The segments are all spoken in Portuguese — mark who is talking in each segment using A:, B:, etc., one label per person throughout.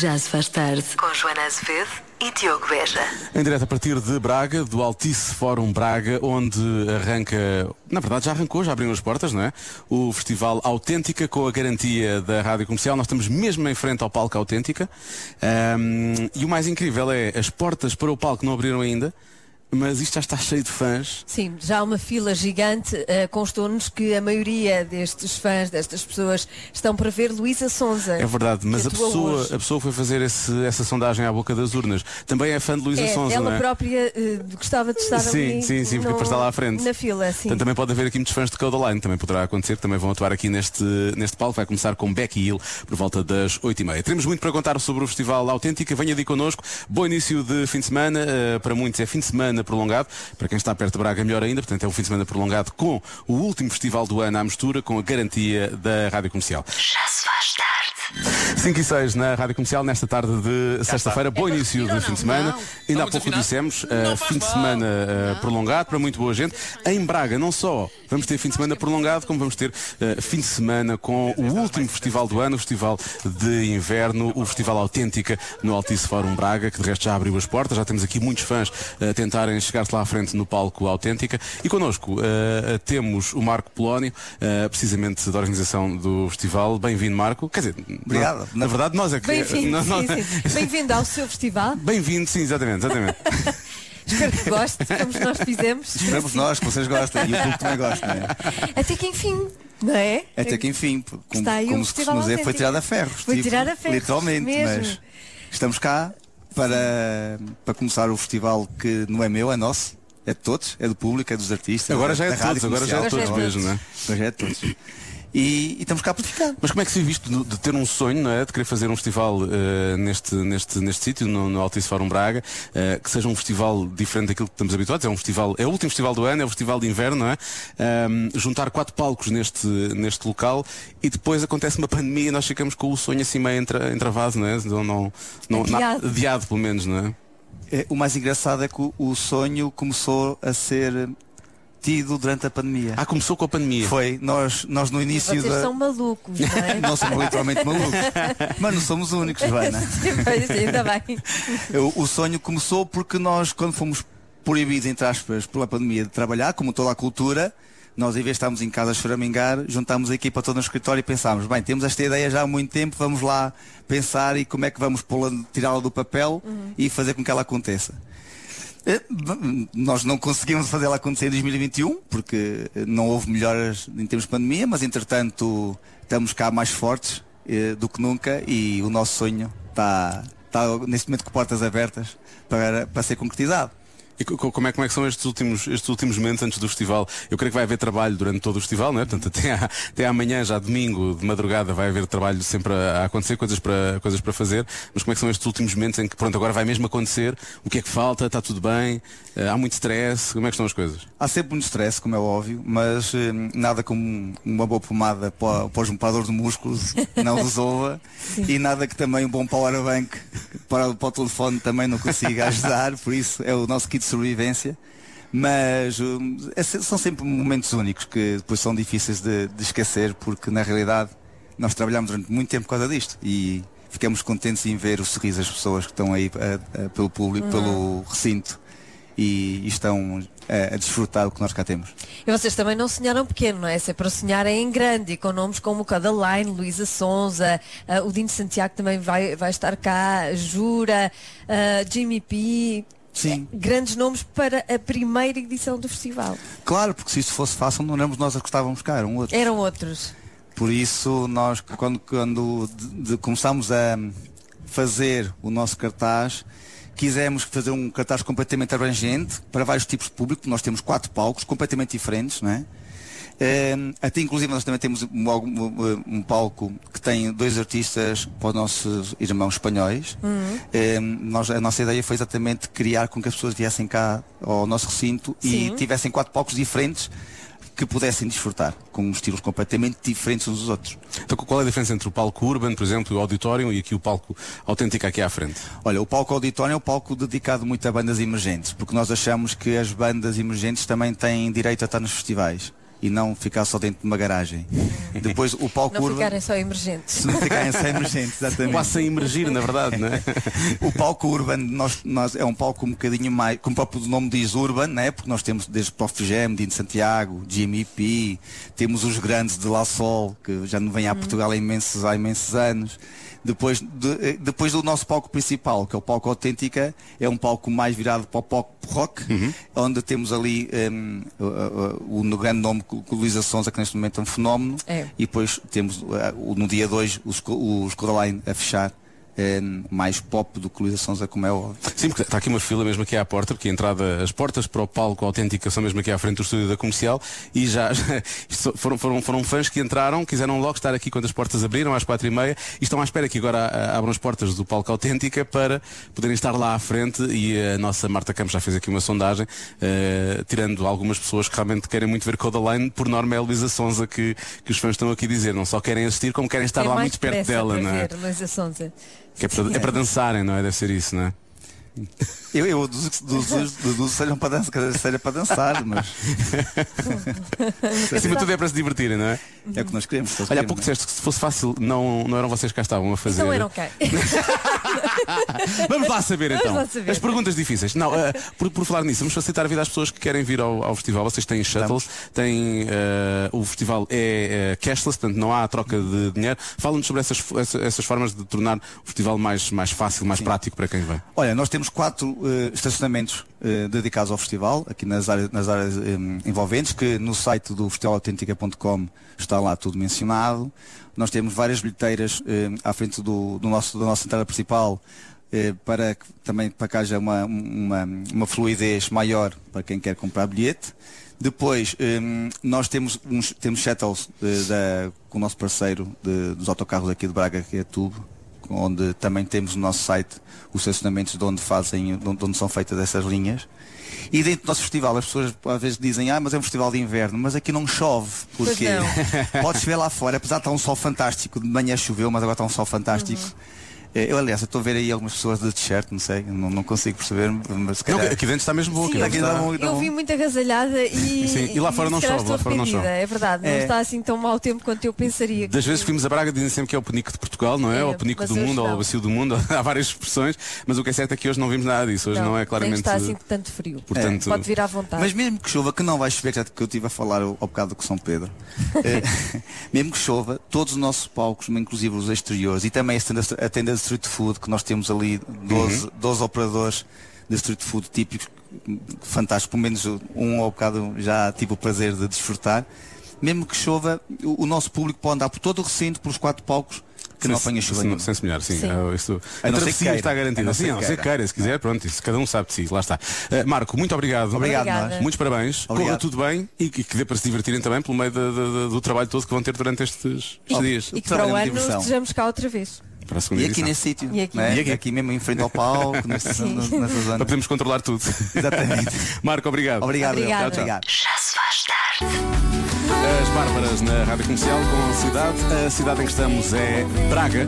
A: Já se faz tarde com Joana Azevedo e Diogo Beja.
B: Em direto a partir de Braga, do Altice Fórum Braga, onde arranca, na verdade já arrancou, já abriram as portas, não é? O Festival Autêntica com a garantia da Rádio Comercial. Nós estamos mesmo em frente ao palco Autêntica. Ahm, e o mais incrível é as portas para o palco não abriram ainda, mas isto já está cheio de fãs.
C: Sim, já há uma fila gigante. eh, Constou-nos que a maioria destes fãs, destas pessoas, estão para ver Luísa Sonza.
B: É verdade, mas
C: que
B: a
C: atua
B: pessoa,
C: hoje.
B: a pessoa foi fazer esse- essa sondagem à boca das urnas. Também é fã de Luísa
C: É,
B: Sonza,
C: ela
B: não é?
C: própria eh, gostava de estar
B: Sim,
C: ali
B: sim, sim, porque
C: no-
B: para estar lá à frente.
C: Na fila, sim.
B: Portanto, também pode haver aqui muitos fãs de Codaline, também poderá acontecer, também vão atuar aqui neste, neste palco. Vai começar com Becky Hill por volta das 8h30. Temos muito para contar sobre o Festival Autêntica. Venha de connosco. Bom início de fim de semana. Eh, para muitos é fim de semana prolongado. Para quem está perto de Braga, melhor ainda. Portanto, é um fim de semana prolongado com o último festival do ano à mistura, com a garantia da Rádio Comercial.
A: Já se faz tarde.
B: 5 e 6 na Rádio Comercial, nesta tarde de sexta-feira. Bom início do fim de semana. Ainda há pouco dissemos, eh, fim de semana eh, prolongado para muito boa gente. Em Braga, não só vamos ter fim de semana prolongado, como vamos ter eh, fim de semana com o último festival do ano, o Festival de Inverno, o Festival Autêntica no Altice Fórum Braga, que de resto já abriu as portas. Já temos aqui muitos fãs a tentarem chegar-se lá à frente no palco Autêntica. E connosco eh, temos o Marco Polónio, eh, precisamente da organização do festival. Bem-vindo, Marco. Quer dizer,
D: Obrigado.
B: na verdade, nós é que.
C: Bem-vindo,
B: nós- nós-
C: sim, sim. Bem-vindo ao seu festival.
B: Bem-vindo, sim, exatamente, exatamente.
C: Espero que goste, como nós fizemos.
D: Esperamos nós que vocês gostem e o público também gosta, não é?
C: Até que enfim, não é?
D: Até que enfim, como,
C: Está aí um
D: como se
C: festival
D: costuma dizer, foi
C: autêntico.
D: tirado a ferros.
C: Foi tirado a ferros,
D: Literalmente,
C: mesmo.
D: mas estamos cá para, para começar o festival que não é meu, é nosso. É de todos, é do público, é dos artistas.
B: Agora
D: da-
B: já é
D: da
B: de
D: rádio
B: todos, agora já é de
D: comercial.
B: todos
C: Agora já é de
B: mesmo, não é?
D: Agora já é de todos. E, e estamos cá para ficar.
B: Mas como é que se viste de, de ter um sonho, não é? De querer fazer um festival eh, neste, neste, neste sítio, no, no Altice Fórum Braga, eh, que seja um festival diferente daquilo que estamos habituados. É um festival, é o último festival do ano, é o festival de inverno, não é? Ahm, juntar quatro palcos neste, neste local e depois acontece uma pandemia e nós ficamos com o sonho assim meio entra, entravado, não é? Não, não, não,
C: Adiado.
B: na- adiado, pelo menos, não é?
D: É, O mais engraçado é que o, o sonho começou a ser tido durante a pandemia.
B: Ah, começou com a pandemia.
D: Foi, nós, nós no início
C: Vocês
D: da.
C: são malucos, não é?
D: Nós somos literalmente malucos. Mas não somos únicos,
B: é?
D: Joana.
C: Sim, pois, Ainda bem.
D: Eu- o sonho começou porque nós, quando fomos proibidos, entre aspas, pela pandemia de trabalhar, como toda a cultura, nós, em vez de estarmos em casa a choramingar, juntámos a equipa toda no escritório e pensámos, bem, temos esta ideia já há muito tempo, vamos lá pensar e como é que vamos pô-la- tirá-la do papel e fazer com que ela aconteça. Eh, b- Nós não conseguimos fazê-la acontecer em 2021, porque eh, não houve melhoras em termos de pandemia, mas entretanto estamos cá mais fortes eh, do que nunca e o nosso sonho está, está neste momento com portas abertas para, para ser concretizado.
B: E co- co- como é, como é que são estes últimos, estes últimos momentos antes do festival? Eu creio que vai haver trabalho durante todo o festival, não é? Portanto, até, à- até amanhã, já domingo, de madrugada, vai haver trabalho sempre a, a acontecer, coisas para, coisas para fazer. Mas como é que são estes últimos momentos em que, pronto, agora vai mesmo acontecer? O que é que falta? Está tudo bem? Eh, há muito stress? Como é que estão as coisas?
D: Há sempre muito stress, como é óbvio, mas eh, nada como uma boa pomada para, para os montadores de músculos não resolva e nada que também um bom powerbank para, para o telefone também não consiga ajudar, por isso é o nosso kit de sobrevivência. Mas hum, é se- são sempre momentos únicos que depois são difíceis de, de esquecer porque na realidade nós trabalhamos durante muito tempo por causa disto e ficamos contentes em ver o sorriso das pessoas que estão aí ah, ah, pelo público, pelo recinto e, e estão eh, a desfrutar o que nós cá temos.
C: E vocês também não sonharam pequeno, não é? Se é para sonhar é em grande, e com nomes como Cadaline, Luísa Sonza, ah, o Dino Santiago também vai, vai estar cá, Jura, ah, Jimmy P.
D: Sim.
C: Grandes nomes para a primeira edição do festival.
D: Claro, porque se isso fosse fácil, não éramos nós a que estávamos cá, era um outro.
C: Eram outros.
D: Por isso, nós, quando, quando de- de- começámos a fazer o nosso cartaz, quisemos fazer um cartaz completamente abrangente para vários tipos de público. Nós temos quatro palcos completamente diferentes, não é? Eh, até inclusive nós também temos um, algum- um palco que tem dois artistas para os nossos irmãos espanhóis. Eh, nós, a nossa ideia foi exatamente criar com que as pessoas viessem cá ao nosso recinto
C: Sim.
D: e tivessem quatro palcos diferentes que pudessem desfrutar, com estilos completamente diferentes uns dos outros.
B: Então, qual é a diferença entre o palco urban, por exemplo, o auditório, e aqui o palco autêntico aqui à frente?
D: Olha, o palco auditório é um palco dedicado muito a bandas emergentes, porque nós achamos que as bandas emergentes também têm direito a estar nos festivais. e não ficar só dentro de uma garagem. Depois o pau
C: Não
D: curva.
C: ficarem só emergentes.
D: Se não ficarem sem emergente, exatamente.
B: Quase sem emergir, na verdade, não é?
D: O palco urban nós, nós, é um palco um bocadinho mais, como o próprio nome diz, urban, né? porque nós temos desde Prof. Gem, Dino Santiago, Jimmy P, temos os grandes de La Sol, que já não vêm a Portugal há imensos, há imensos anos. Depois, de- eh, depois do nosso palco principal, que é o palco autêntica, é um palco mais virado para o palco rock, onde temos ali hum, o- o, o- o grande nome que o Luísa Sonza, que neste momento é um fenómeno,
C: É.
D: e depois temos eh, o- no dia 2 os, co- os Coraline a fechar eh, mais pop do que Luísa Sonza, como é óbvio.
B: Sim, porque está aqui uma fila mesmo aqui à porta, porque a entrada, as portas para o palco autêntica são mesmo aqui à frente do estúdio da comercial e já, já isto foram, foram, foram fãs que entraram, quiseram logo estar aqui quando as portas abriram às quatro e meia e estão à espera que agora ah, abram as portas do palco autêntica para poderem estar lá à frente e a nossa Marta Campos já fez aqui uma sondagem, eh, tirando algumas pessoas que realmente querem muito ver Codaline, por norma é a Luísa Sonza que, que os fãs estão aqui a dizer, não só querem assistir como querem estar
C: Tem
B: lá
C: É mais
B: muito perto
C: pressa
B: dela,
C: para
B: não é?
C: ver Luísa Sonza. Então
B: Que é para, é para dançarem, não é? Deve ser isso, não é?
D: Eu, eu deduzo que- deduzo deduzo que sejam para dançar, que seja para dançar, mas
B: Acima de tudo é para se divertirem, não é?
D: é o que nós queremos. todos
B: Olha, há
D: queremos,
B: pouco
D: não é?
B: disseste que se fosse fácil não, não eram vocês que cá estavam a fazer.
C: Então eram quem?
B: Vamos lá saber então.
C: Vamos lá saber.
B: As perguntas difíceis. Não, eh, por, por falar nisso, vamos facilitar a vida às pessoas que querem vir ao, ao festival. Vocês têm shuttles, têm. eh, o festival é eh, cashless, portanto não há troca de dinheiro. Falam-nos sobre essas, fo- essa- essas formas de tornar o festival mais, mais fácil, mais prático para quem vem.
D: Olha, nós temos quatro eh, estacionamentos eh, dedicados ao festival, aqui nas áreas, nas áreas em, envolventes, que no site do festivalautentica.com está lá tudo mencionado. Nós temos várias bilheteiras eh, à frente do, do nosso, da nossa entrada principal, eh, para que, também para que haja uma, uma, uma fluidez maior para quem quer comprar bilhete. Depois, eh, nós temos, uns, temos shuttles eh, da- com o nosso parceiro de- dos autocarros aqui de Braga, que é a Tubo, onde também temos no nosso site os estacionamentos de onde fazem, de onde de onde são feitas essas linhas. E dentro do nosso festival as pessoas às vezes dizem, ah, mas é um festival de inverno, mas aqui não chove,
C: Pois
D: porque pode chover lá fora, apesar de estar um sol fantástico, de manhã choveu, mas agora está um sol fantástico. Eh, Eu, aliás, eu estou a ver aí algumas pessoas de t-shirt, não sei, não, não consigo perceber, mas se
B: Não,
D: calhar.
B: aqui dentro está mesmo boa.
C: Sim,
B: aqui
C: eu,
B: dentro está-
D: dá um- dá
C: eu
D: um-
C: vi muita agasalhada e,
B: Sim, e lá fora
C: se
B: não
C: calhar
B: chove, lá
C: estou
B: fora não chove.
C: arrependida, É verdade, não
D: É.
C: está assim tão mau tempo quanto eu pensaria.
B: Das vezes que vimos a Braga dizem sempre que é o penico de Portugal, não é?
C: É,
B: ou o penico
C: mas
B: do
C: hoje
B: mundo, ou o
C: não.
B: bacio do mundo, há várias expressões, mas o que é certo é que hoje não vimos nada disso, hoje não, é
C: nem
B: claramente.
C: está assim de tanto frio.
B: Portanto-
C: Pode vir à vontade.
D: Mas mesmo que chova, que não vai chover, já que eu estive a falar ao, ao bocado com São Pedro, eh, mesmo que chova, todos os nossos palcos, inclusive os exteriores, e também a tenda, a tenda de street food, que nós temos ali 12,
B: Uhum.
D: 12 operadores de street food típicos, hum, fantásticos, pelo menos um ao bocado já tive o prazer de desfrutar. Mesmo que chova, o, o nosso público pode andar por todo o recinto, pelos quatro palcos, que não apanha chuva
B: Sem,
D: nenhuma.
B: sem semelhar, sim.
C: Sim.
B: Ah, isso-
D: A
B: a
D: não ser que
B: travessia
D: queira.
B: está
D: A
B: garantida.
D: não
B: Sim,
D: ser
B: a não
D: que
B: ser
D: queira.
B: queira, se quiser, pronto, isso cada um sabe de si, lá está. Ah, Marco, muito obrigado.
D: Obrigado,
C: Obrigada.
D: nós.
B: Muitos parabéns, corra
D: Obrigado.
B: tudo bem e que, que dê para se divertirem também pelo meio da- da- da- do trabalho todo que vão ter durante estes, estes
D: Oh,
B: dias.
C: E que para
D: Trabalho
C: o
D: de
C: ano
D: diversão.
C: estejamos cá outra vez.
B: Para a segunda
D: E aqui
B: edição.
D: nesse sítio,
C: E aqui.
D: né?
B: E aqui.
D: mesmo em frente ao palco, nesta, nessa
B: Para
D: zona.
B: podermos controlar tudo.
D: Exatamente.
B: Marco, obrigado.
D: Obrigado, Leo.
C: Obrigada.
D: Tchau, tchau.
A: Já se faz tarde.
B: As Bárbaras na Rádio Comercial com a cidade. A cidade em que estamos é Braga.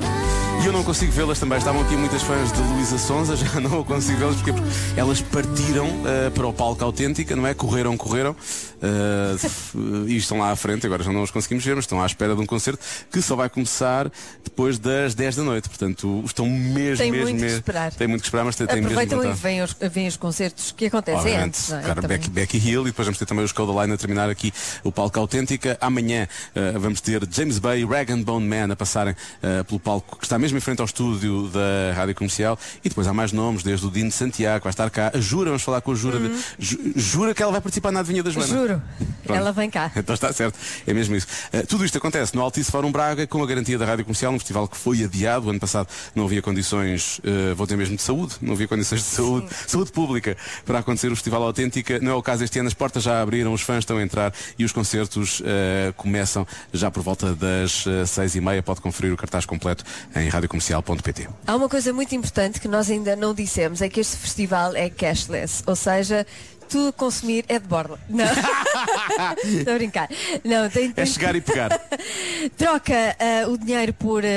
B: E eu não consigo vê-las também. Estavam aqui muitas fãs de Luísa Sonza, já não consigo vê-las porque elas partiram eh, para o palco autêntica, não é? Correram, correram. eh, f- e estão lá à frente, agora já não os conseguimos ver, mas estão à espera de um concerto que só vai começar depois das 10 da noite. Portanto, estão mesmo,
C: Tem
B: mesmo,
C: muito que
B: mesmo.
C: esperar.
B: Tem muito que esperar, mas tem tem mesmo
C: Aproveitam e
B: vontade.
C: vêm os, vêm os concertos que acontecem
B: Obviamente,
C: antes. Não é?
B: claro,
C: Também.
B: Becky, Becky Hill e depois vamos ter também os Codaline a terminar aqui o palco autêntica. Amanhã eh, vamos ter James Bay e Rag and Bone Man a passarem eh, pelo palco que está mesmo em frente ao estúdio da Rádio Comercial e depois há mais nomes, desde o Dino Santiago, vai estar cá, a Jura, vamos falar com a Jura, de-
C: Uhum.
B: Ju- Jura que ela vai participar na Adivinha da Joana.
C: Juro,
B: é? Pronto.
C: ela vem cá.
B: Então está certo, é mesmo isso. Eh, tudo isto acontece no Altice Fórum Braga com a garantia da Rádio Comercial, um festival que foi adiado. O ano passado não havia condições, eh, vou dizer mesmo de saúde, não havia condições de saúde, saúde pública para acontecer o Festival Autêntica. Não é o caso este ano, as portas já abriram, os fãs estão a entrar e os concertos eh, começam já por volta das eh, seis e meia. Pode conferir o cartaz completo em radiocomercial.pt.
C: Há uma coisa muito importante que nós ainda não dissemos, é que este festival é cashless, ou seja, tudo a consumir é de borla. Não. Estou a brincar. Não, tem, tem
B: É chegar e pegar.
C: Troca ah, o dinheiro por. ah,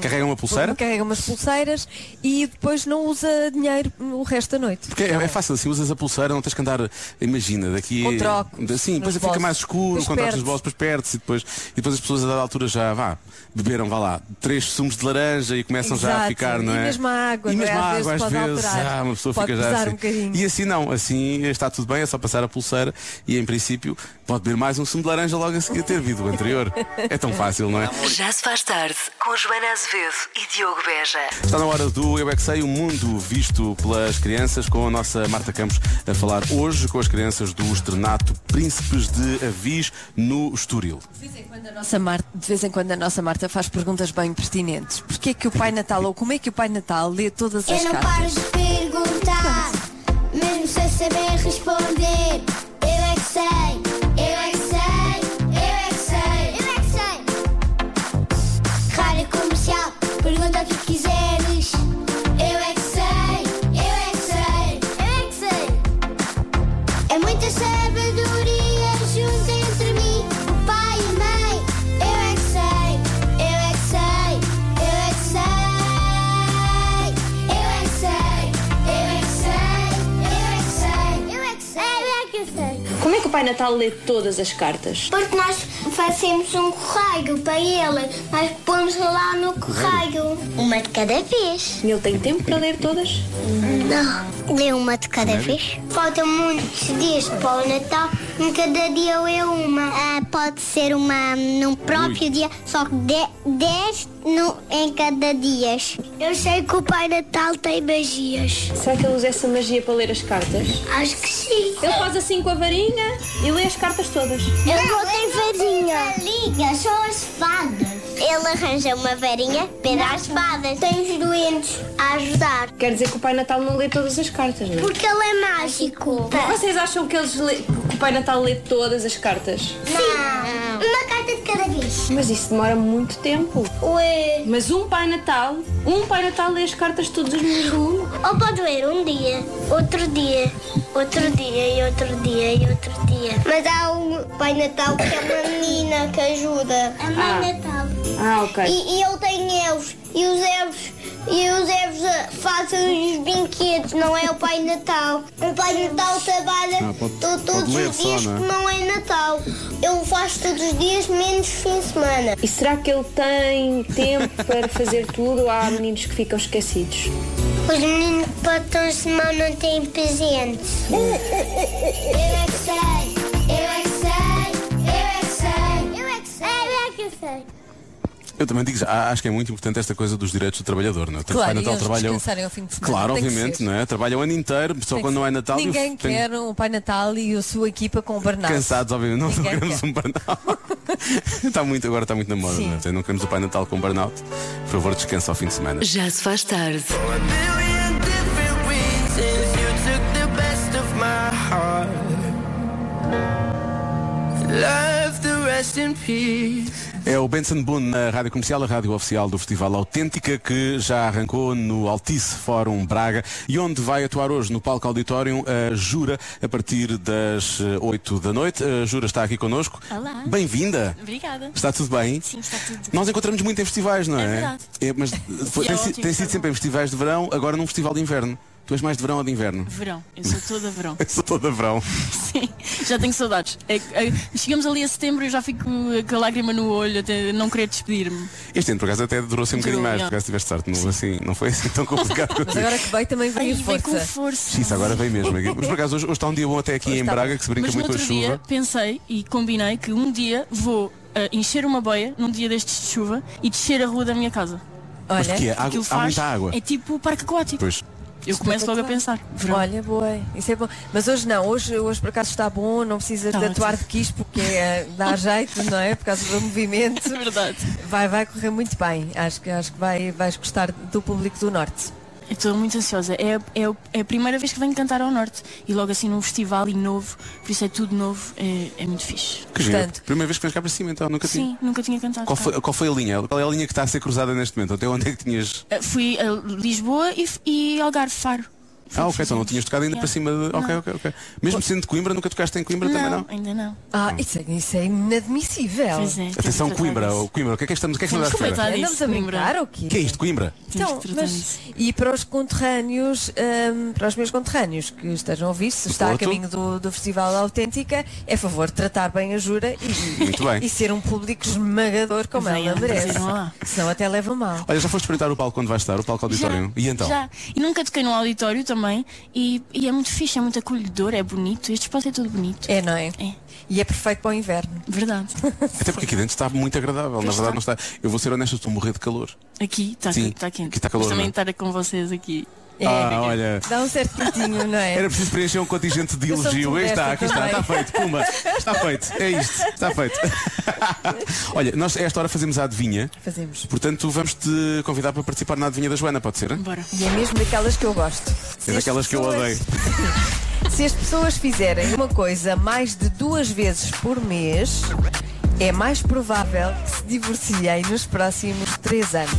B: Carrega uma pulseira?
C: Carrega umas pulseiras e depois não usa dinheiro o resto da noite.
B: Porque é, é fácil, assim, usas a pulseira, não tens que andar, imagina, daqui. é,
C: Com trocos
B: da- Sim, depois
C: nos
B: fica
C: bolsos.
B: mais escuro,
C: Depois
B: com trocos nos
C: perdes.
B: bolsos, depois perdes e depois, e depois as pessoas a dada altura já, vá, beberam, vá lá, três sumos de laranja e começam já a
C: Exato,
B: ficar, não
C: e
B: é?
C: mesmo a água,
B: e
C: não é?
B: mesmo a
C: Às
B: água,
C: vezes
B: às
C: pode
B: vezes,
C: alterar.
B: ah, uma pessoa
C: Pode
B: fica já
C: pesar
B: assim.
C: um bocadinho.
B: e assim não, assim está tudo bem, é só passar a pulseira e em princípio pode beber mais um sumo de laranja logo a seguir a ter bebido o anterior. É tão fácil, não é?
A: Já se faz tarde com Joana Azevedo e Diogo Beja.
B: Está na hora do Eu é que Sei, o mundo visto pelas crianças, com a nossa Marta Campos a falar hoje com as crianças do Estrenato Príncipes de Avis no Estoril.
C: De vez, em quando a nossa Mar- de vez em quando a nossa Marta faz perguntas bem pertinentes. Porquê é que o Pai Natal, ou como é que o Pai Natal lê todas as
E: Eu não
C: cartas?
E: paro de perguntar, mesmo sem saber responder. Eu é que sei, eu é que sei, eu é que sei, eu é que sei. Rádio comercial, pergunta o que quiseres. Eu é que sei, eu é que sei, eu é que sei. É muita sabedoria junta entre mim, o pai e a mãe. Eu é que sei, eu é que sei, eu é que sei. Eu é que sei, eu é que sei, eu é que sei, eu é que sei. Eu é que sei.
F: Como é que o Pai Natal lê todas as cartas?
E: Porque nós fazemos um correio para ele, nós pomos lá no correio. Uma de cada vez.
F: Ele tem tempo para ler todas?
E: Não. Lê uma de cada vez. Faltam muitos dias para o Natal. Em cada dia lê uma. Ah, pode ser uma num próprio dia, só que de, dez no, em cada dia. Eu sei que o Pai Natal tem magias.
F: Será que ele usa essa magia para ler as cartas?
E: Acho que sim.
F: Ele faz assim com a varinha e lê as cartas todas.
E: Ele não tem varinha. Liga, só as fadas. Ele arranja uma varinha para as fadas. Tem os doentes a ajudar.
F: Quer dizer que o Pai Natal não lê todas as cartas, não é?
E: Porque ele é mágico.
F: Vocês acham que, eles lê- que o Pai Natal lê todas as cartas?
E: Não. Uma carta de cada vez.
F: Mas isso demora muito tempo.
E: Ué.
F: Mas um Pai Natal, um Pai Natal lê as cartas todos os meses.
E: Ou pode ler um dia, outro dia, outro dia e outro dia e outro dia. Mas há um Pai Natal que é uma menina que ajuda. A Mãe É Natal.
F: Ah, ok.
E: E, e ele tem elfos. E os elfos, e os elfos ah, fazem os brinquedos, não é o Pai Natal. O Pai Natal trabalha
B: Ah, pode-
E: to-
B: pode
E: todos
B: ler
E: os
B: só,
E: dias
B: não é?
E: que não é Natal. Ele faz todos os dias, menos fim de semana.
F: E será que ele tem tempo para fazer tudo ou há meninos que ficam esquecidos?
E: Os meninos que botam semão não têm presentes. Eu é que sei, eu é que sei, eu é que sei, eu é que sei, eu é que sei.
B: Eu também digo, já, ah, acho que é muito importante esta coisa dos direitos do trabalhador, não é? Tanto
C: Claro,
B: Pai
C: e
B: Natal
C: eles
B: trabalha-
C: descansarem ao fim de semana,
B: Claro,
C: tem que
B: obviamente,
C: ser.
B: não é? Trabalha o ano inteiro, só quando não é Natal. eu
C: Ninguém
B: tenho-
C: quer um Pai Natal e a sua equipa com o Bernardo.
B: Cansados, obviamente, não, não
C: Ninguém
B: queremos
C: quer.
B: um burnout. está muito, agora está muito na moda,
C: Sim.
B: não é? Não queremos o Pai Natal com burnout. Por favor, descansa ao fim de semana.
A: Já se faz tarde
G: million different reasons you took the best of my heart. Love the rest in peace.
B: É o Benson Boone na Rádio Comercial, a rádio oficial do Festival Autêntica, que já arrancou no Altice Fórum Braga e onde vai atuar hoje no palco auditório a Jura, a partir das eh, 8 da noite. A Jura está aqui connosco.
H: Olá.
B: Bem-vinda.
H: Obrigada.
B: Está tudo bem?
H: Sim, está tudo.
B: Nós encontramos muito em festivais, não é?
H: É verdade.
B: É, mas eh, foi-
H: E é
B: tem, si-
H: ótimo,
B: tem
H: está
B: sido
H: bom.
B: sempre em festivais de verão, agora num festival de inverno. Tu és mais de verão ou de inverno?
H: Verão, eu sou toda verão.
B: Eu sou toda verão.
H: Sim, já tenho saudades. É que, é, chegamos ali a setembro e eu já fico com a lágrima no olho, até não querer despedir-me.
B: Este ano, por acaso, até durou assim um
H: Durou,
B: bocadinho mais,
H: já.
B: por acaso tiveste sorte. Não, assim, não foi assim tão complicado
C: Mas
B: contigo.
C: agora que vai também vem
H: Aí
C: a
H: vem com
C: força.
H: força.
B: Isso agora vem mesmo. aqui. Mas por acaso hoje, hoje está um dia bom até aqui em
H: Está
B: Braga
H: bom.
B: que se brinca
H: Mas
B: muito
H: no
B: com a
H: outro dia
B: chuva.
H: pensei e combinei que um dia vou ah, encher uma boia, num dia destes de chuva, e descer a rua da minha casa.
B: Mas
C: Olha,
B: porquê? Há,
H: Aquilo
B: há
H: faz
B: muita água.
H: é tipo parque aquático.
B: Pois.
H: Eu começo logo a pensar. Verão.
C: Olha, boa, isso é bom. Mas hoje não, hoje, hoje por acaso está bom, não precisa
H: Está
C: de atuar de
H: ótimo.
C: quis porque eh, dá jeito, não é? Por causa do movimento.
H: É verdade.
C: Vai, vai correr muito bem. Acho que, acho que vai, vais gostar do público do Norte.
H: Eu Estou muito ansiosa. É, é, o- é a primeira vez que venho cantar ao Norte. E logo assim num festival e novo, por isso é tudo novo, é, é muito fixe.
B: Que giro.
C: Portanto-
B: Primeira vez que vens cá para cima, então nunca tinha.
H: Sim, nunca tinha cantado.
B: Qual foi, qual foi a linha? Qual é a linha que está a ser cruzada neste momento? Até onde é que tinhas.
H: Ah, Fui a Lisboa e, f- e Algarve Faro.
B: Ah, ok, então não tinhas tocado ainda para cima de. Ok, ok, ok. Mesmo sendo de Coimbra, nunca tocaste em Coimbra também não?
H: Não, ainda não.
B: Hum.
C: Ah, isso é, isso é inadmissível.
H: Pois é.
B: Atenção,
H: temos de tratar
B: Coimbra,
H: disso.
B: ou Coimbra, o que é que estamos, o que é que
H: Temos
B: estamos à
H: que
B: espera?
H: tratar
C: Andamos
H: disso,
C: a
H: Coimbra.
C: brincar ou quê?
B: O que é isto, Coimbra?
C: Então,
H: Temos de tratar
C: mas,
H: disso.
C: e para os conterrâneos, hum, para os meus conterrâneos que estejam a ouvir, se está a
B: Porto.
C: caminho do, do Festival da Autêntica, é favor tratar bem a jura e,
B: Muito bem.
C: e ser um público esmagador como
H: Venham,
C: ela merece.
H: venham lá.
C: Senão até leva mal.
B: Olha, já foste experimentar o palco onde vais estar, o palco auditório? e então?
H: Já. E nunca toquei num auditório também. E, e é muito fixe, é muito acolhedor, é bonito. Este espaço é tudo bonito.
C: É, não é?
H: É.
C: E é perfeito para o inverno.
H: Verdade.
B: Até porque aqui dentro está muito agradável, na verdade não está. Eu vou ser honesto, estou a morrer de calor.
H: Aqui está
B: Sim,
H: tá quente.
B: aqui tá calor,
H: Mas também
B: não
H: estar com vocês aqui.
C: É.
B: Ah, olha.
C: Dá um certo quentinho, não é?
B: Era preciso preencher um contingente de
C: Eu sou
B: elogio.
C: muito
B: Aí está,
C: modesta
B: aqui está,
C: também.
B: está feito, pumba. Está feito, é isto, está feito. Olha, nós a esta hora fazemos a adivinha,
C: Fazemos.
B: portanto vamos te convidar para participar na adivinha da Joana, pode ser?
H: Bora.
C: E é mesmo daquelas que eu gosto.
B: É daquelas que eu odeio.
C: Se as pessoas fizerem uma coisa mais de duas vezes por mês, é mais provável que se divorciem nos próximos três anos.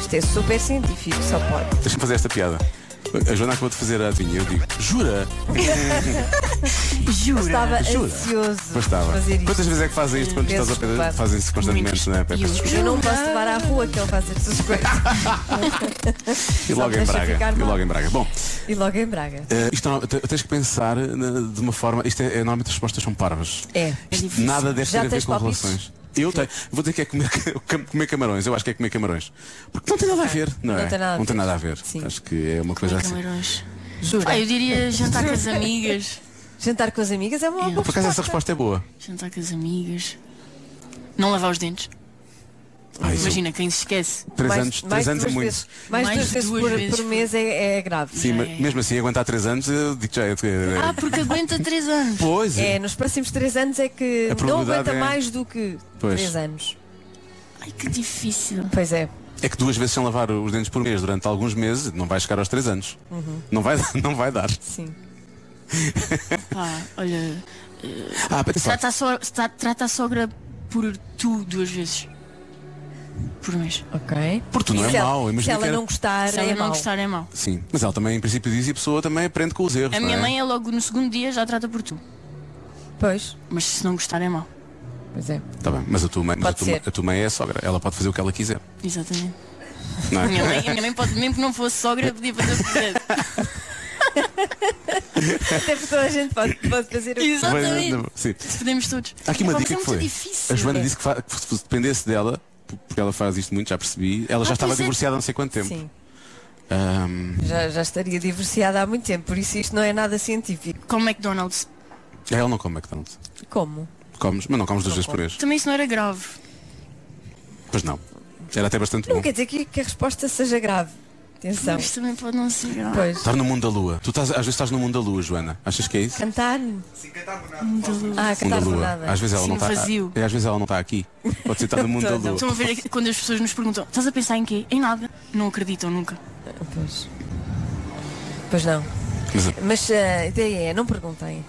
C: Isto é super científico, só pode.
B: Deixa-me fazer esta piada. A Joana acabou de fazer a adivinha, eu digo, jura?
H: Juro.
C: Estava
B: Jura?
C: ansioso
B: Bastava.
C: de fazer isto.
B: Quantas vezes é que fazem isto quando
C: Peço
B: estás a
C: desculpa.
B: pé? Fazem-se constantemente, não é? Peço desculpa.
C: Eu não posso levar à rua que ele faz essas coisas.
B: E
C: Só
B: logo
C: me
B: em
C: deixa
B: Braga.
C: ficar
B: E
C: mal.
B: logo em Braga. Bom,
C: E logo em Braga.
B: eh, isto não- te- tens que pensar eh, na- de uma forma. Isto é, é, normalmente as respostas são parvas.
C: É, é
B: Isto
H: difícil.
B: Nada deve
C: Já
B: ter a ver
C: tens
B: com
C: palpites?
B: relações. Eu tenho. Vou dizer que é comer, cam- comer camarões. Eu acho que é comer camarões. Porque não tem nada a ver, não,
C: Não
B: é?
C: tem nada a
B: não tem
C: ver.
B: nada a ver.
C: Sim.
B: Acho que é uma coisa
H: Comer
B: assim.
H: camarões.
C: Jura?
H: Ah, eu diria jantar com as amigas.
C: Jantar com as amigas é uma boa
B: Por acaso essa
C: resposta.
B: resposta é boa.
H: Jantar com as amigas. Não lavar os dentes.
B: Ai, isso-
H: Imagina, quem se esquece.
B: Três
C: Mais-
B: anos,
C: mais
B: três anos é
C: duas
B: muito.
C: vezes- Mais,
H: Mais
C: duas, vezes,
H: duas
C: por,
H: vezes
C: por
H: por-
C: mês é, é grave.
B: Sim,
H: Já
B: mas
H: é.
B: mesmo assim, aguentar três anos, eu digo já. é- é-
H: Ah, porque aguenta 3 anos.
B: Pois.
C: É, nos próximos três anos é que
B: A
C: não
B: probabilidade
C: aguenta
B: é-
C: mais do que
B: Pois.
C: três anos.
H: Ai, que difícil.
C: Pois é.
B: É que duas vezes sem lavar os dentes por mês durante alguns meses não vai chegar aos três anos.
C: Uhum.
B: Não, vai, não vai dar.
C: Sim.
H: Pá, olha.
B: Ah, atenção.
H: Trata a, so- tra- trata a sogra por tu duas vezes. Por mês.
C: Ok.
B: Porque tu não
C: E
B: é
C: se ela-
B: mau, imagina
C: Se
B: que
C: ela
B: era-
C: não gostar,
H: Se
C: é
H: ela não
C: mau.
H: gostar, é mau.
B: Sim, mas ela também em princípio diz e a pessoa também aprende com os erros.
H: A
B: não
H: minha
B: é?
H: mãe é logo no segundo dia já trata por tu.
C: Pois.
H: Mas se não gostar, é mau.
C: Pois é.
B: Tá bem, mas a tua mãe, mas a
C: Pode
B: tua, mãe-
C: ser.
B: a tua mãe é a sogra, ela pode fazer o que ela quiser.
H: Exatamente.
B: Não
H: A
B: é?
H: minha mãe, a minha mãe pode, mesmo que não fosse sogra, podia fazer o que quisesse.
C: Até porque toda a gente pode, pode fazer o que
H: Exatamente.
B: Sim.
H: Podemos todos.
B: Há aqui uma dica
H: Epá, mas
B: que
H: é muito
B: foi.
H: difícil.
B: A Joana
H: É.
B: disse que, fa- que se dependesse dela, porque ela faz isto muito, já percebi, ela já
H: Ah,
B: estava
H: pois é.
B: divorciada há não sei quanto tempo.
C: Sim.
B: Ahm,
C: Já, já estaria divorciada há muito tempo, por isso isto não é nada científico.
H: Com McDonald's.
B: ela não come McDonald's.
C: Como?
B: Comes, mas não comes duas vezes por mês.
H: Também isso não era grave.
B: Pois não. Era até bastante
C: Não
B: bom.
C: quer dizer que, que a resposta seja grave. Atenção.
H: Mas também pode não ser grave.
C: Então. Pois.
B: Estar no mundo da lua. Tu estás, às vezes estás no mundo da lua, Joana. Achas que é isso?
C: Cantar? Ah,
B: Mundo
C: cantar
B: da
C: por
B: lua.
C: nada.
B: Às vezes ela
H: Sim,
B: não está.
H: vazio.
B: É, às vezes ela não está aqui. Pode ser estar no mundo da lua.
H: Então, Estão a ver aqui- quando as pessoas nos perguntam, estás a pensar em quê? Em nada. Não acreditam nunca.
C: Pois. Pois não.
B: Mas-
C: Mas ah, a ideia é, não perguntem.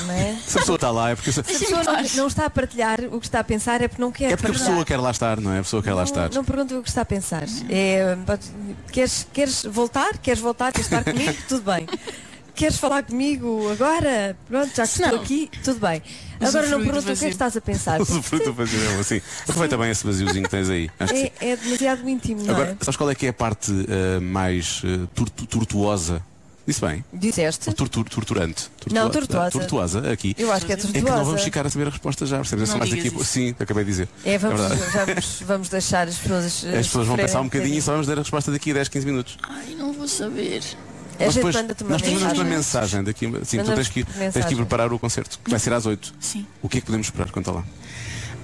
C: Não é?
B: Se a pessoa está lá é porque se-
C: Se a pessoa não, não está a partilhar o que está a pensar, é porque não quer
B: é porque a
C: partilhar.
B: pessoa quer lá estar, não é? A pessoa quer lá estar.
C: Não, não pergunta o que está a pensar. É, pode- queres, queres voltar? Queres voltar? Queres estar comigo? Tudo bem. Queres falar comigo agora? Pronto, já que
H: Se
C: estou
H: não,
C: aqui, tudo bem. Agora
H: usufruir
C: não pergunta o
H: do
C: que é
H: vazio.
C: que estás a pensar.
B: Usufruir do vazio é bom, sim. Aproveita bem esse vaziozinho que tens aí. Acho que sim.
C: É, é demasiado íntimo, não
B: Agora,
C: é?
B: sabes qual é que é a parte eh, mais eh, tortu- tortuosa? Disse bem?
C: Disseste?
B: Ou tortur- torturante? Tortua-
C: Não, tortuosa.
B: Tortuosa, aqui.
C: Eu acho que é
B: É que não
C: tortuosa.
B: vamos ficar a saber a resposta já, percebes? É só
H: Não
B: mais daqui a
H: digas
B: pouco.
H: isso.
B: Sim, acabei de dizer.
C: É, vamos,
B: verdade.
C: vamos, vamos deixar as pessoas. eh,
B: As pessoas vão pensar um bocadinho e só vamos dar a resposta daqui a 10, 15 minutos.
H: Ai, não vou saber.
C: A
B: Nós
C: gente
B: depois,
C: manda-te uma
B: nós depois mandamos uma
C: mensagem.
B: mensagem daqui. a- Sim, tu
C: Mandamos
B: tens que, ir- tens que ir
C: mensagem.
B: preparar o concerto, que vai ser às 8.
H: Sim.
B: O que é que podemos esperar? Conta lá.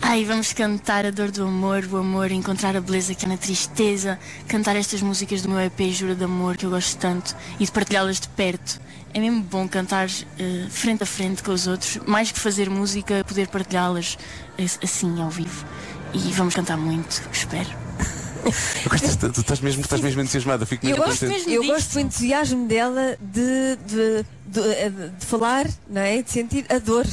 H: Ai, vamos cantar a dor do amor, o amor, encontrar a beleza que há na tristeza, cantar estas músicas do meu EP Jura de Amor que eu gosto tanto e de partilhá-las de perto. É mesmo bom cantar eh, frente a frente com os outros, mais que fazer música, poder partilhá-las eh, assim ao vivo. E vamos cantar muito, espero.
B: Eu gosto desta- Tu estás mesmo, estás mesmo entusiasmada, fico
C: Eu
B: mesmo
C: gosto,
B: contente.
H: mesmo
C: eu
H: disso.
C: gosto do entusiasmo eh, dela de, de, de, de falar, não é? de sentir a dor.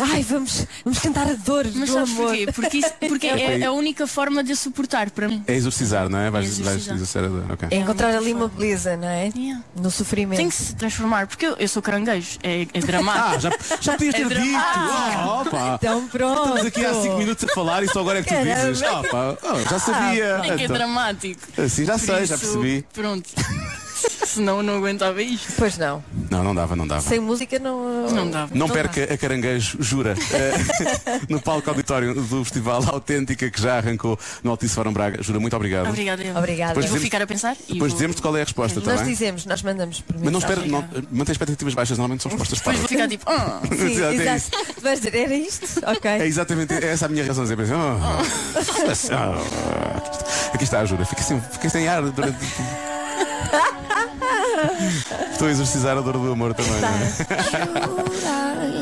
C: Ai, vamos, vamos cantar a dor
H: Mas
C: do
H: sabes
C: amor.
H: porquê? Porque, isso- porque é a única forma de eu suportar para mim.
B: É exorcizar, não é? Vais,
H: É
B: vais
H: exorcizar.
B: exorcizar a dor. ok.
C: É encontrar ali uma beleza, não é?
H: Yeah.
C: No sofrimento.
H: Tem que se transformar, porque eu, eu sou caranguejo, é, é dramático.
B: Ah, já, já podias
H: É
B: ter dito! Ah, opa!
C: Então pronto.
B: Estamos aqui há 5 minutos a falar e só agora é que tu
C: Caramba.
B: dizes. Opa, oh, já sabia!
H: É que é
B: Então,
H: dramático.
B: assim já
H: Por
B: sei, já
H: isso,
B: percebi.
H: Pronto. Senão eu não aguentava isto.
C: Pois não.
B: Não, não dava, não dava.
C: Sem música não.
H: Não dava.
B: Não
C: Não
B: perca a Caranguejo, jura, eh, no palco auditório do Festival Autêntica que já arrancou no Altice Fórum Braga. Jura, muito obrigado.
H: Obrigada, Eva.
C: Obrigada.
H: Eu
B: Depois
H: vou
B: dizemos-
H: ficar a pensar e
B: Depois
H: vou...
B: dizemos-te qual é a resposta,
C: Nós
B: está bem?
C: dizemos, nós mandamos por
B: Mas não espera, não, eh,
H: Obrigada.
B: mantém expectativas baixas, normalmente são respostas
H: Depois
B: parvas.
H: vou ficar tipo. "Ah".
C: Sim,
B: Exato, é isso.
C: exato. Tu vais dizer, era isto? Ok.
B: É exatamente é essa a minha reação. Eu penso, oh, oh. Aqui está a ajuda. Fiquei sem, fiquei sem ar durante. Estou a exorcizar a dor do amor também. não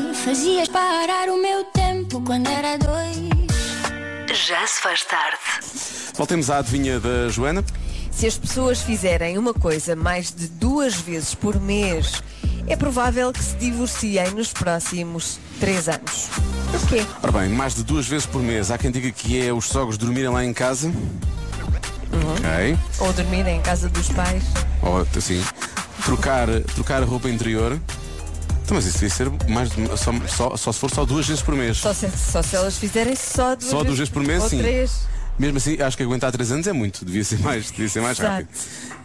B: é?
E: Fazias parar o meu tempo quando era dois.
A: Já se faz tarde.
B: Voltemos à adivinha da Joana.
C: Se as pessoas fizerem uma coisa mais de duas vezes por mês, é provável que se divorciem nos próximos três anos. Porquê?
B: Ora bem, mais de duas vezes por mês. Há quem diga que é os sogros dormirem lá em casa. Ok.
C: Ou dormirem em casa dos pais.
B: Ou assim. Trocar, trocar a roupa interior. Então, mas isso devia ser mais de- só, só, só se for só duas vezes por mês.
C: Só se, só se elas fizerem só duas,
B: Só duas vezes por mês,
C: ou
B: sim.
C: três.
B: Mesmo assim, acho que aguentar 3 anos é muito, devia ser mais, devia ser mais
C: Exato.
B: rápido.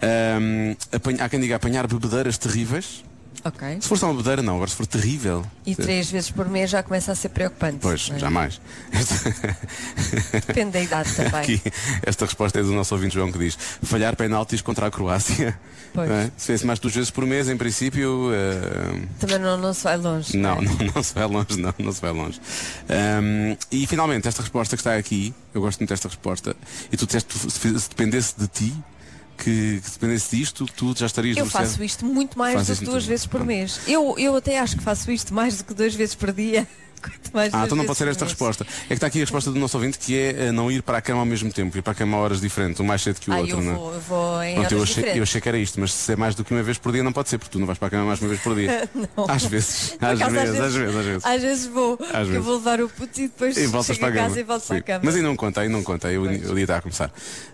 B: Ahm, apanha- há quem diga apanhar bebedeiras terríveis.
C: Ok.
B: Se for só uma bebedeira, não, agora se for terrível.
C: E três vezes por mês já começa a ser preocupante.
B: Pois,
C: não é?
B: jamais. Esta,
C: Depende da idade também.
B: aqui, esta resposta é do nosso ouvinte João que diz: falhar penaltis contra a Croácia.
C: Pois.
B: Não é? Se fosse mais duas vezes por mês, em princípio. ahm,
C: Também não, não se vai longe.
B: Não,
C: é?
B: não, não se vai longe, não, não se vai longe. Ahm, e finalmente, esta resposta que está aqui, eu gosto muito desta resposta, e tu disseste que se, se dependesse de ti, que, que dependesse disto, tu já estarias
C: Eu
B: divorciado.
C: faço isto muito mais
B: Faz
C: do
B: isso
C: que duas
B: muito.
C: vezes por
B: Pronto.
C: mês. Eu, eu até acho que faço isto mais do que duas vezes por dia. Quanto mais duas
B: Ah, então não
C: vezes
B: pode ser
C: por
B: esta
C: mês.
B: resposta. É que está aqui a resposta do nosso ouvinte que é eh, não ir para a cama ao mesmo tempo, ir para a cama a horas diferentes, um mais cedo que o
C: Ah,
B: outro,
C: eu
B: não é?
C: vou, eu vou em
B: Pronto, eu
C: horas
B: achei, eu
C: diferentes.
B: achei que era isto, mas se é mais do que uma vez por dia, não pode ser, porque tu não vais para a cama mais uma vez por dia. Às vezes,
C: Por
B: às
C: acaso,
B: vezes, às vezes, às vezes.
C: Às vezes vou. porque
B: vezes.
C: Eu vou levar o puto e depois
B: E voltas
C: chego
B: para a
C: a
B: cama.
C: casa e volto para a
B: Sim.
C: cama.
B: Mas aí não conta, aí não conta. aí Eu, eu ia dar a começar.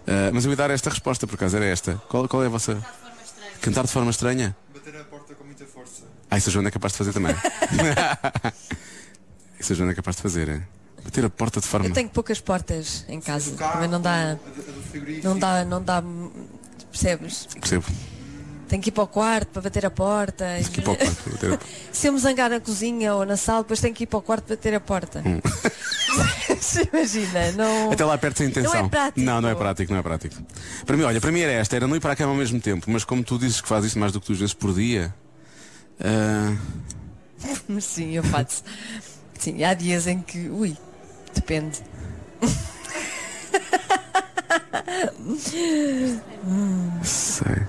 B: Ah, mas eu ia dar esta resposta, por acaso, era esta. Qual, qual é a vossa. Cantar de forma estranha?
I: Bater a porta com muita força.
B: Ah, isso a Joana é capaz de fazer também. isso a Joana é capaz de fazer, é? Bater a porta de forma.
C: Eu tenho poucas portas em casa.
I: Carro,
C: Também não
I: a, a
C: dá.
I: do frigorífico.
C: Não dá, não dá. Percebes?
B: Percebo.
C: Tenho que ir para o quarto para bater a porta.
B: Que pouco, Tipo bater a porta.
C: Se eu me zangar na cozinha ou na sala, depois tenho que ir para o quarto bater a porta.
B: Hum.
C: Imagina, não.
B: Até lá perto sem intenção.
C: Não é prático.
B: Não, não é prático, não é prático. Para mim, olha, para mim era esta, era não ir para a cama ao mesmo tempo, mas como tu dizes que fazes isto mais do que duas vezes por dia. ah,
C: Mas Sim, eu faço. Sim, há dias em que. Ui, depende.
B: sei.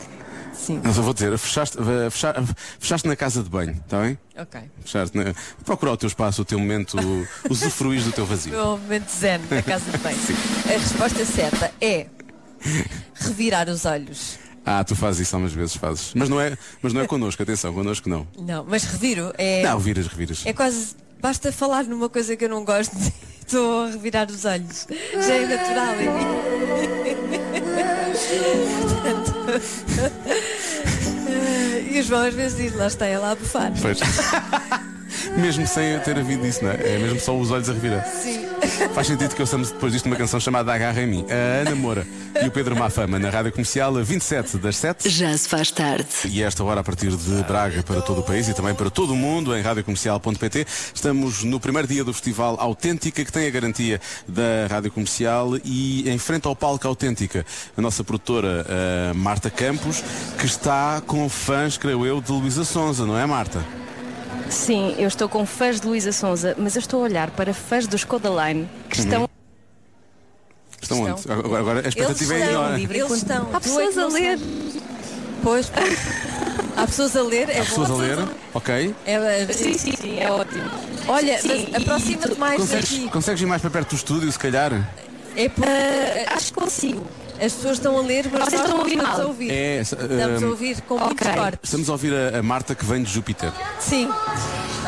C: Sim,
B: Não, só vou dizer, fechaste, eh, fecha- fechaste na casa de banho, está bem?
C: ok.
B: Fechaste na... Procurar o teu espaço, o teu momento, o- usufruís do teu vazio.
C: Meu momento zen da casa de bem. A resposta certa é revirar os olhos.
B: Ah, tu fazes isso algumas vezes, fazes. Mas não é, mas não é connosco, atenção, connosco não.
C: Não, mas reviro é.
B: Não, viras, reviras.
C: É quase. Basta falar numa coisa que eu não gosto estou a revirar os olhos. Já é natural em mim. Portanto, E o João às vezes diz, lá está ela a bufar.
B: Pois. mesmo sem ter havido isso, não é? É mesmo só os olhos a revirar.
C: Sim.
B: Faz sentido que ouçamos depois disto uma canção chamada Agarra em mim. A Ana Moura e o Pedro Mafama na rádio comercial a 27 das 7.
A: Já se faz tarde.
B: E a esta hora, a partir de Braga, para todo o país e também para todo o mundo, em radiocomercial.pt, estamos no primeiro dia do Festival Autêntica, que tem a garantia da Rádio Comercial e em frente ao palco Autêntica, a nossa produtora eh, Marta Campos, que está com fãs, creio eu, de Luísa Sonza, não é, Marta?
J: Sim, eu estou com fãs de Luísa Sonza, mas eu estou a olhar para fãs do Skoda Line que estão.
B: Uhum. Estão, onde? Agora, agora a expectativa é
C: estão
B: enorme.
C: livres. Eles estão. Tu é
J: Há
C: que
J: pessoas a
C: não
J: ler.
C: sabes. Pois, pois. Há pessoas a ler, é
B: Há pessoas
C: bom.
B: a ler, ok.
C: É-
J: Sim, sim, sim, é ótimo.
C: olha,
J: Sim,
C: mas aproxima-te mais
B: Consegues,
C: daqui.
B: consegues ir mais para perto do estúdio, se calhar?
C: É por-
J: Ah, Acho que consigo.
C: As pessoas estão a ler, mas
J: Vocês
C: nós
J: estão a ouvir
C: estamos
J: mal.
C: a ouvir.
B: É, eh,
C: estamos a ouvir com muitos
J: ok.
C: cortes.
B: Estamos a ouvir a, a Marta que vem de Júpiter. Ah,
C: Sim.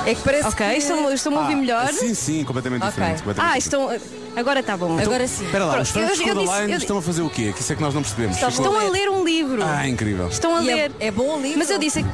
C: É que parece
J: Ok,
C: que...
J: estou-me estou a ouvir melhor.
B: Sim, Então, sim, completamente
C: Ok.
B: diferente. completamente
J: Ah,
B: diferente.
J: estão. Agora está bom.
C: Agora sim.
B: Espera lá, os
J: Eu-
B: fãs de
J: eu disse-
B: Codaline
J: eu-
B: estão a fazer o quê? Que isso é que nós não percebemos.
C: Estavam-
B: Ficou-
J: Estão a ler um livro.
B: Ah, incrível.
J: Estão a
C: E
J: ler.
C: é, é bom o livro.
J: Mas eu disse.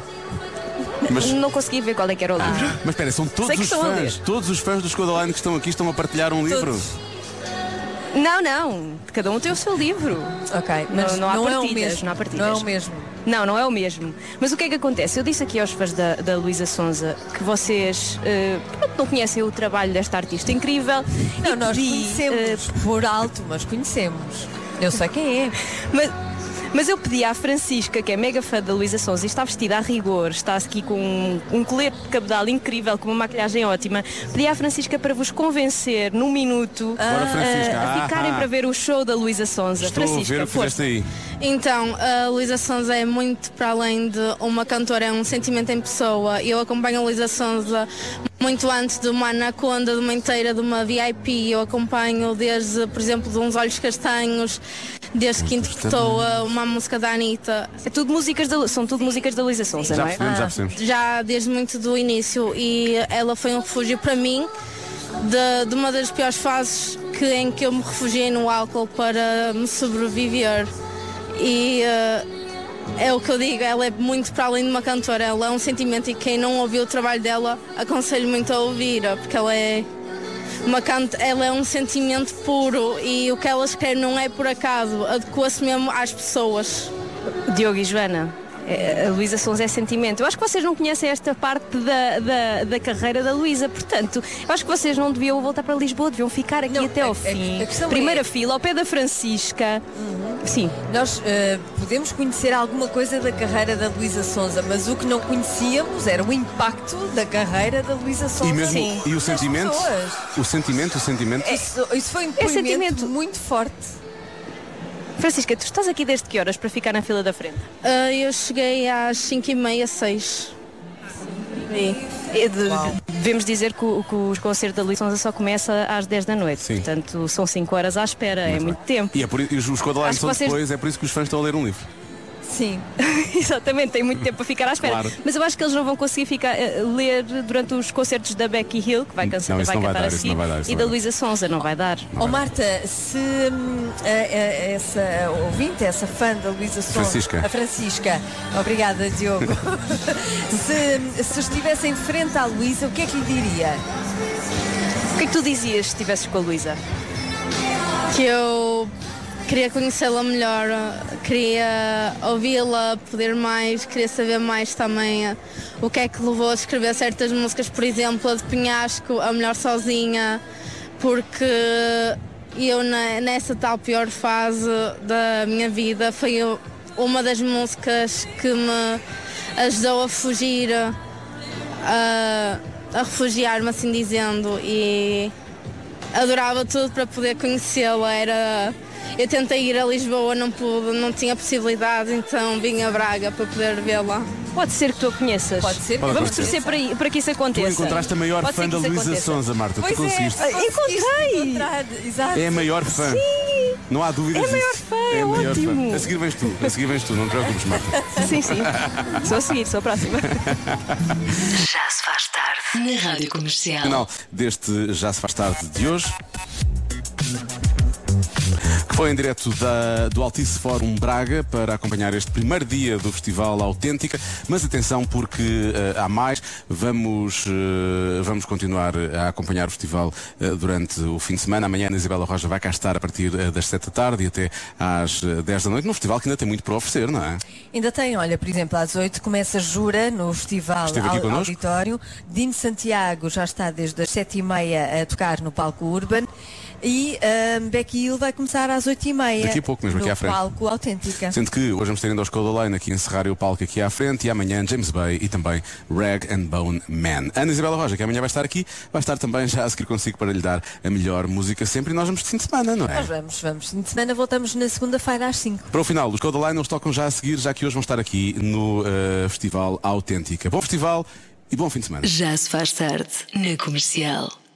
B: Mas-
J: Não consegui ver qual é que era o livro.
B: Mas espera, são todos
J: Sei que
B: os
J: estão a ler.
B: fãs, todos os fãs dos Codaline que estão aqui estão a partilhar um livro.
C: Todos.
B: Ah.
J: Não, não. Cada um tem o seu livro.
C: Ok,
J: Não-
C: mas
J: não há
C: é o
J: partidas,
C: mesmo.
J: não há partidas.
C: Não é o mesmo.
J: Não, não é o mesmo. Mas o que é que acontece? Eu disse aqui aos fãs da, da Luísa Sonza que vocês eh, pronto, não conhecem o trabalho desta artista incrível.
C: Não,
J: e
C: nós
J: pedi, eh,
C: conhecemos por alto, mas conhecemos. Eu sei quem é.
J: Mas, mas eu pedi à Francisca, que é mega fã da Luísa Souza e está vestida a rigor, está aqui com um, um colete de cabedal incrível, com uma maquilhagem ótima, pedi à Francisca para vos convencer num minuto
B: Bora,
J: ah,
B: Francisca.
J: a, ficarem
B: Ah, ah.
J: para ver o show da Luísa Sonza.
B: Estou a
J: Francisca,
B: ver o que
J: força.
B: fizeste aí.
K: Então, a Luísa Sonza é muito para além de uma cantora, é um sentimento em pessoa. Eu acompanho a Luísa Sonza muito antes de uma anaconda, de uma inteira, de uma VIP. Eu acompanho desde, por exemplo, de uns olhos castanhos, desde que interpretou uh, uma música da Anitta.
J: É tudo músicas da, são tudo músicas da Luísa Sonza,
B: Já
J: não é?
B: percebemos, já percebemos.
K: Já desde muito do início e ela foi um refúgio para mim de, de uma das piores fases que, em que eu me refugiei no álcool para me sobreviver. E eh, é o que eu digo, ela é muito para além de uma cantora, ela é um sentimento e quem não ouviu o trabalho dela aconselho muito a ouvir, porque ela é uma canta, ela é um sentimento puro e o que ela escreve não é por acaso, adequa-se mesmo às pessoas.
J: Diogo e Joana. é, A Luísa Sons é sentimento. Eu acho que vocês não conhecem esta parte da, da, da carreira da Luísa, portanto, eu acho que vocês não deviam voltar para Lisboa, deviam ficar aqui
C: Não,
J: até
C: a- a-
J: ao fim.
C: a questão
J: Primeira
C: é-
J: fila, ao pé da Francisca.
K: Uhum.
J: Sim,
C: Nós eh, podemos conhecer alguma coisa da carreira da Luísa Sonza, mas o que não conhecíamos era o impacto da carreira da Luísa Sonza.
B: E mesmo
J: Sim.
B: e o
C: nas
B: sentimento?
C: pessoas.
B: O sentimento, o sentimento.
C: Isso, isso foi um depoimento
J: sentimento.
C: muito forte.
J: Francisca, tu estás aqui desde que horas para ficar na fila da frente?
K: Ah, eu cheguei às 5 e meia, 6.
J: É de- Devemos dizer que, o- que os concertos da Luísa Sonza só começa às 10 da noite,
B: Sim.
J: portanto, são 5 horas à espera, é muito tempo.
B: E é por, i- e os Codaline
J: Acho que
B: são
J: vocês-
B: depois, é por isso que os fãs estão a ler um livro.
C: Sim.
J: Exatamente, tem muito tempo para ficar à espera.
B: Claro.
J: Mas eu acho que eles não vão conseguir ficar, eh, ler durante os concertos da Becky Hill, que vai, cansa,
B: Não, isso
J: vai
B: não vai
J: cantar
B: dar,
J: a
B: isso
J: seguir,
B: não vai dar, isso
J: e
B: não
J: da
B: vai
J: Luísa Sonza, não vai dar.
C: Oh Marta, se hum, a- a- essa ouvinte, essa fã da Luísa Sonza,
B: Francisca.
C: a Francisca, obrigada Diogo, se, se estivesse em frente à Luísa, o que é que lhe diria?
J: O que é que tu dizias se estivesses com a Luísa?
K: que eu queria conhecê-la melhor, queria ouvi-la, poder mais, queria saber mais também eh, o que é que levou a escrever certas músicas, por exemplo, a de Penhasco, a Melhor Sozinha, porque eu ne- nessa tal pior fase da minha vida foi o- uma das músicas que me ajudou a fugir, a, a refugiar-me assim dizendo e adorava tudo para poder conhecê-la. Era... Eu tentei ir a Lisboa, não pude, não tinha possibilidade, então vim a Braga para poder vê-la.
J: Pode ser que tu a conheças.
C: Pode ser.
B: Pode
J: Vamos
B: acontecer.
J: torcer para, i- para que isso
B: Tu
J: aconteça.
B: encontraste a maior
J: Pode ser
B: fã
J: que
B: da
J: isso
B: Luísa
J: aconteça.
B: Sonza, Marta. tu
C: Pois
B: conseguiste.
C: é, conseguiste
J: Encontrei.
C: encontrar, Exato.
B: É a maior fã. Não há dúvidas
J: É a maior
B: disso.
J: fã, é ótimo.
B: A seguir vens tu, a seguir vens tu, não te preocupes, Marta.
J: Sim, sim. Sou a seguir, sou a próxima.
A: Já se faz tarde. Na Rádio Comercial.
B: Final deste Já se faz tarde de hoje. que Foi em direto da- do Altice Fórum Braga para acompanhar este primeiro dia do Festival Autêntica, mas atenção porque eh, há mais, vamos, eh, vamos continuar a acompanhar o festival eh, durante o fim de semana. Amanhã a Ana Isabela Roja vai cá estar a partir eh, das 7 da tarde e até às eh, 10 da noite, num festival que ainda tem muito para oferecer, não é?
C: Ainda tem, olha, por exemplo, às 8 começa Jura no Festival
B: Esteve aqui
C: Au-
B: connosco.
C: Auditório. Dino Santiago já está desde as 7h30 a tocar no palco Urban. E ahm, Becky Hill vai começar às 8h30.
B: Daqui a pouco mesmo,
C: no
B: aqui à frente.
C: palco Autêntica.
B: Sendo que hoje vamos ter ainda os Codaline aqui a encerrar o palco aqui à frente e amanhã James Bay e também Rag and Bone Man. Ana Isabela Roja, que amanhã vai estar aqui, vai estar também já a seguir consigo para lhe dar a melhor música sempre e nós vamos de fim de semana, não é?
C: Nós vamos, vamos. Fim de semana voltamos na segunda-feira às 5.
B: Para o final, os Codaline eles tocam já a seguir, já que hoje vão estar aqui no eh, Festival Autêntica. Bom festival e bom fim de semana.
A: Já se faz tarde. Na Comercial.